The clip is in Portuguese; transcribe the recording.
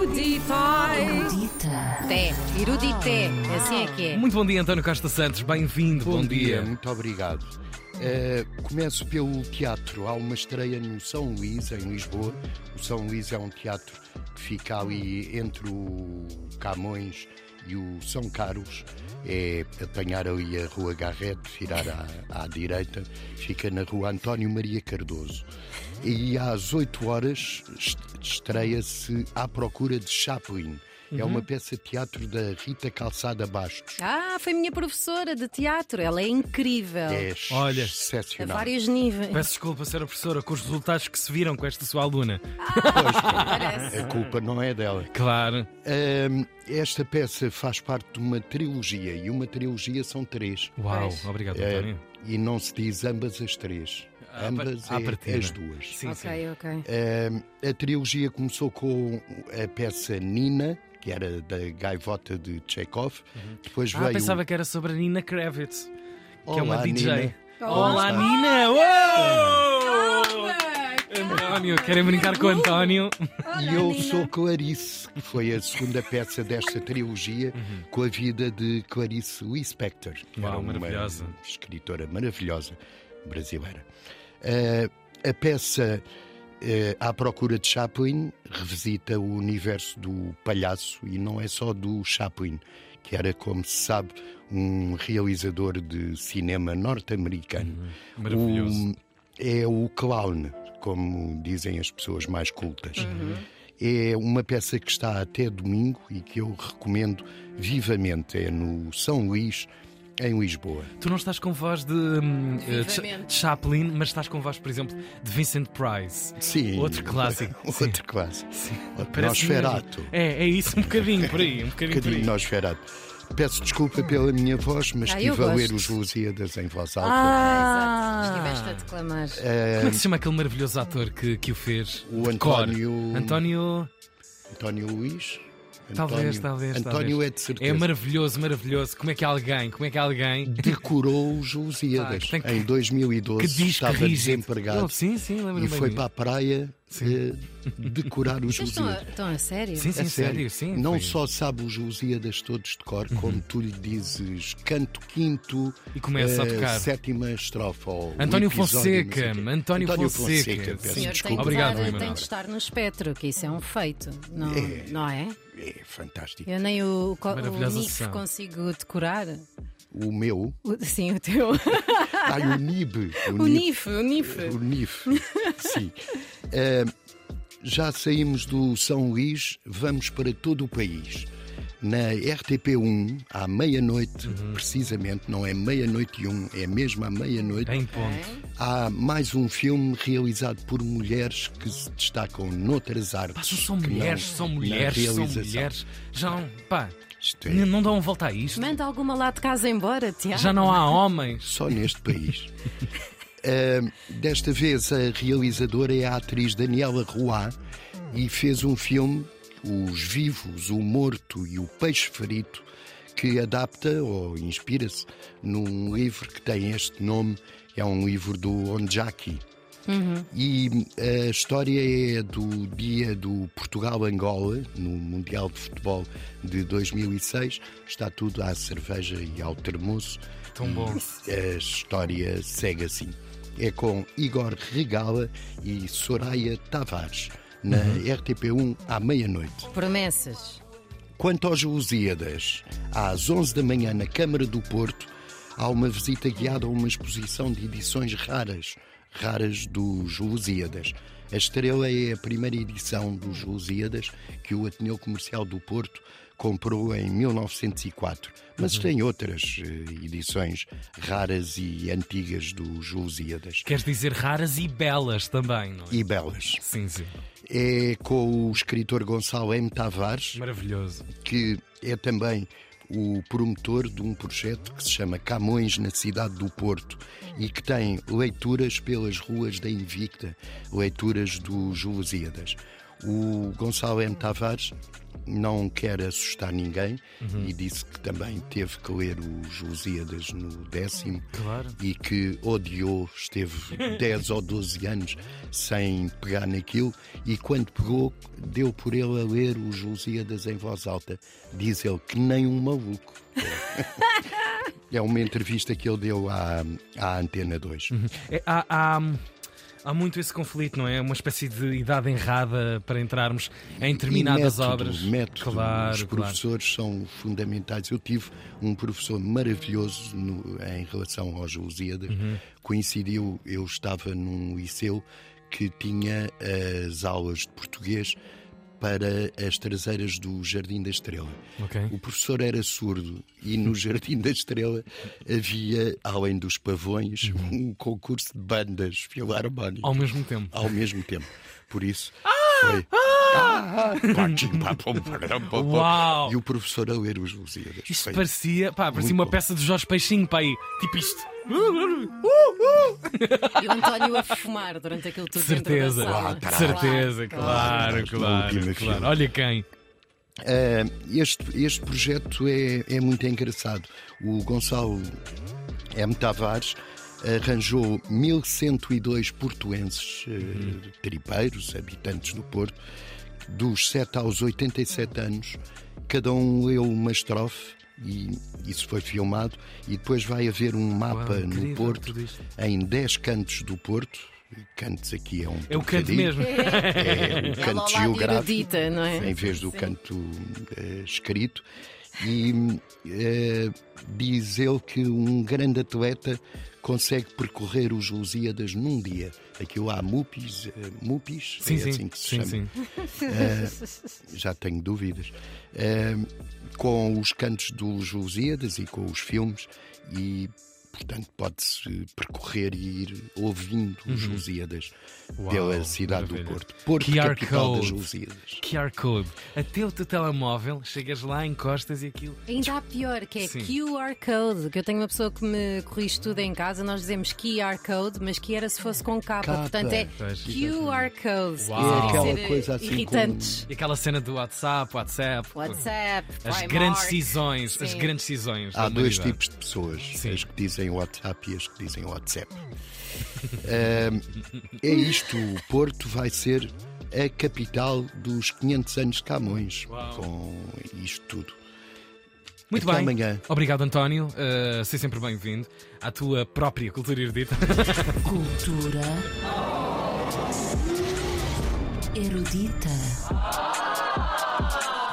Eruditais. Dita. Té, erudité, assim é que é. Muito bom dia, António Costa Santos. Bem-vindo. Bom, dia. muito obrigado. Eh, começo pelo teatro. Há uma estreia no São Luís, em Lisboa. O São Luís é um teatro que fica ali entre o Camões e o São Carlos. É apanhar ali a Rua Garrete, virar à, à direita, fica na Rua António Maria Cardoso. E às 8 horas est- estreia-se À Procura de Chaplin. É Uhum. uma peça de teatro da Rita Calçada Bastos. Ah, foi minha professora de teatro, ela é incrível. É Olha, A excepcional. vários níveis. Peço desculpa, senhora professora, com os resultados que se viram com esta sua aluna. Parece. A culpa não é dela. Claro. Ahm, esta peça faz parte de uma trilogia e uma trilogia são três. Uau, Pois. obrigado, Eh, António. Ah, e não se diz ambas as três. À ambas par- à é partida. as duas. Sim, sim. Ok, ok. Ahm, a trilogia começou com a peça Nina, que era da gaivota de Chekhov. Depois Ah, veio. pensava que era sobre a Nina Kravitz, que é uma Olá, DJ. Nina. Olá, Olá. Nina! Uou! António, querem brincar com o António? E eu sou Clarice, que foi a segunda peça desta trilogia, com a vida de Clarice Lispector, que Uhum. Uau, era uma maravilhosa. escritora maravilhosa brasileira. Eh, a peça eh, À Procura de Chaplin revisita o universo do palhaço e não é só do Chaplin, que era, como se sabe, um realizador de cinema norte-americano. Uhum. Maravilhoso. O- é o clown, como dizem as pessoas mais cultas. É uma peça que está até domingo e que eu recomendo vivamente. É no São Luís, em Lisboa. Tu não estás com voz de, hum, eh, de Cha- Vivamente. Chaplin, mas estás com voz, por exemplo, de Vincent Price. Sim. Outro clássico. Sim. Outro clássico. Sim. Outro Parece mesmo. Nosferatu. É, é isso, um bocadinho por aí. Um Um bocadinho, por aí. bocadinho Nosferatu. Peço desculpa pela minha voz, mas Ah, eu estive a ler gosto. os Lusíadas em voz alta. Ah, Ah, estiveste a declamar. Como é que se chama aquele maravilhoso ator que, que o fez? O De cor. António- António. António Luís? Talvez, António- talvez. António talvez. é de certeza. É maravilhoso, maravilhoso. Como é que alguém, como é que alguém Decorou os Lusíadas. Pá, tem que- em 2012 que diz que estava rígido. desempregado. Ele- sim, sim, lembro-me E bem foi disso. para a praia eh, decorar os Vocês estão a, Lusíadas. estão a sério? Sim, sim, A sério, sim. Não foi. Uhum. só sabe os Lusíadas todos de cor, como tu lhe dizes canto quinto, E começa a eh, tocar. sétima estrofe. ou António o episódio, não sei Fonseca, o quê. António Fonseca, peço Senhor, tem que, desculpa. Obrigado, dar- Lima tem Nova. de estar no espectro, que isso é um feito, não É. não é? É fantástico. Eu nem o, co- o Maravilhosa NIF sessão. consigo decorar. O meu. O- sim, o teu. Ai, o NIB. O NIF, o NIF. O NIF. Sim. Eh, já saímos do São Luís, vamos para todo o país. Na RTP1, à meia-noite, Uhum. precisamente, não é meia-noite e um, é mesmo à meia-noite, Em ponto. há mais um filme realizado por mulheres que se destacam noutras artes. Pá, são só que não mulheres, são na mulheres, são realização. mulheres. Já não, pá, Isto é, n- não dão volta a isto. Manda alguma lá de casa embora, Tiago. Já não há homens. só neste país. Ah, desta vez a realizadora é a atriz Daniela Roy e fez um filme, Os Vivos, o Morto e o Peixe Ferito, que adapta ou inspira-se num livro que tem este nome, é um livro do Onjaki. E a história é do dia do Portugal-Angola, no Mundial de Futebol de 2006. Está tudo à cerveja e ao termoço. Tão bom. A história segue assim. É com Igor Regala e Soraya Tavares, na RTP1 à meia-noite. Promessas. Quanto aos Lusíadas, às 11 da manhã na Câmara do Porto, há uma visita guiada a uma exposição de edições raras, raras dos Lusíadas. A estrela é a primeira edição dos Lusíadas que o Ateneu Comercial do Porto comprou em 1904, mas tem outras eh, edições raras e antigas dos Lusíadas Queres dizer raras e belas também, não é? e belas. Sim, sim. É com o escritor Gonçalo M. Tavares, Maravilhoso. que é também o promotor de um projeto que se chama Camões na cidade do Porto e que tem leituras pelas ruas da Invicta, leituras dos Lusíadas. O Gonçalo M. Tavares não quer assustar ninguém e disse que também teve que ler os Lusíadas no décimo Claro. e que odiou, esteve 10 ou 12 anos sem pegar naquilo e quando pegou, deu por ele a ler os Lusíadas em voz alta. Diz ele que nem um maluco. É uma entrevista que ele deu à, à Antena 2. É, há, há, há muito esse conflito, não é? Uma espécie de idade errada para entrarmos em determinadas E método, obras. Método. Claro, Os claro. professores são fundamentais. Eu tive um professor maravilhoso no- em relação aos Lusíadas. Uhum. Coincidiu, eu estava num liceu que tinha as aulas de português para as traseiras do Jardim da Estrela. Ok. O professor era surdo e no Jardim da Estrela havia, além dos pavões, Uhum. um concurso de bandas filarmónicas Ao mesmo tempo. ao mesmo tempo. Por isso foi. Tá, Patim, pá, pum, param, pum, pum. Uau! tá E o professor a ler os Lusíadas. Isto Foi- parecia, pá, parecia Muito uma bom. peça de Jorge Peixinho, pá, aí. Tipo isto. E o António a fumar durante aquele tudo De certeza. dentro da Ah, sala. De certeza, claro, Claro, na claro, última claro. fila. Olha quem. Ah, este, este projeto é, é muito engraçado. O Gonçalo M. Tavares arranjou 1102 portuenses, eh, tripeiros, habitantes do Porto, dos 7 aos 87 anos. Cada um leu uma estrofe e isso foi filmado. E depois vai haver um mapa incrível no Porto, tudo isto. em 10 cantos do Porto. Cantos aqui é um. É o canto trocadilho. mesmo. É o Ela lá canto de geográfico erudita, não é? em vez do canto eh, escrito. E eh, diz ele que um grande atleta consegue percorrer os Lusíadas num dia. Aquilo há Mupis, eh, Mupis Sim, é sim. assim que se sim, chama, sim. já tenho dúvidas. Eh, com os cantos dos Lusíadas e com os filmes, e portanto pode-se percorrer e ir ouvindo os Lusíadas Uhum. Uau, pela cidade do maravilha. Porto. Porto, QR capital das code. Lusíadas. QR Code. Até o teu telemóvel, chegas lá, encostas e aquilo. Ainda há pior, que é Sim. QR Code, que eu tenho uma pessoa que me corrige tudo em casa, nós dizemos QR Code, mas que era se fosse com capa, Capa. portanto é Pois, QR Code. Quer dizer, Uau. É aquela coisa assim Irritantes. E aquela cena do WhatsApp, WhatsApp. WhatsApp, As Primark. grandes decisões, as Sim. grandes decisões. da Há dois humanidade. tipos de pessoas, Sim. as que dizem WhatsApp e as que dizem WhatsApp. Ahm, é isto, o Porto vai ser a capital dos 500 anos de Camões, Uau. com isto tudo. Muito Até bem. amanhã. Obrigado, António. Uh, seja sempre bem-vindo à tua própria cultura erudita. Cultura erudita.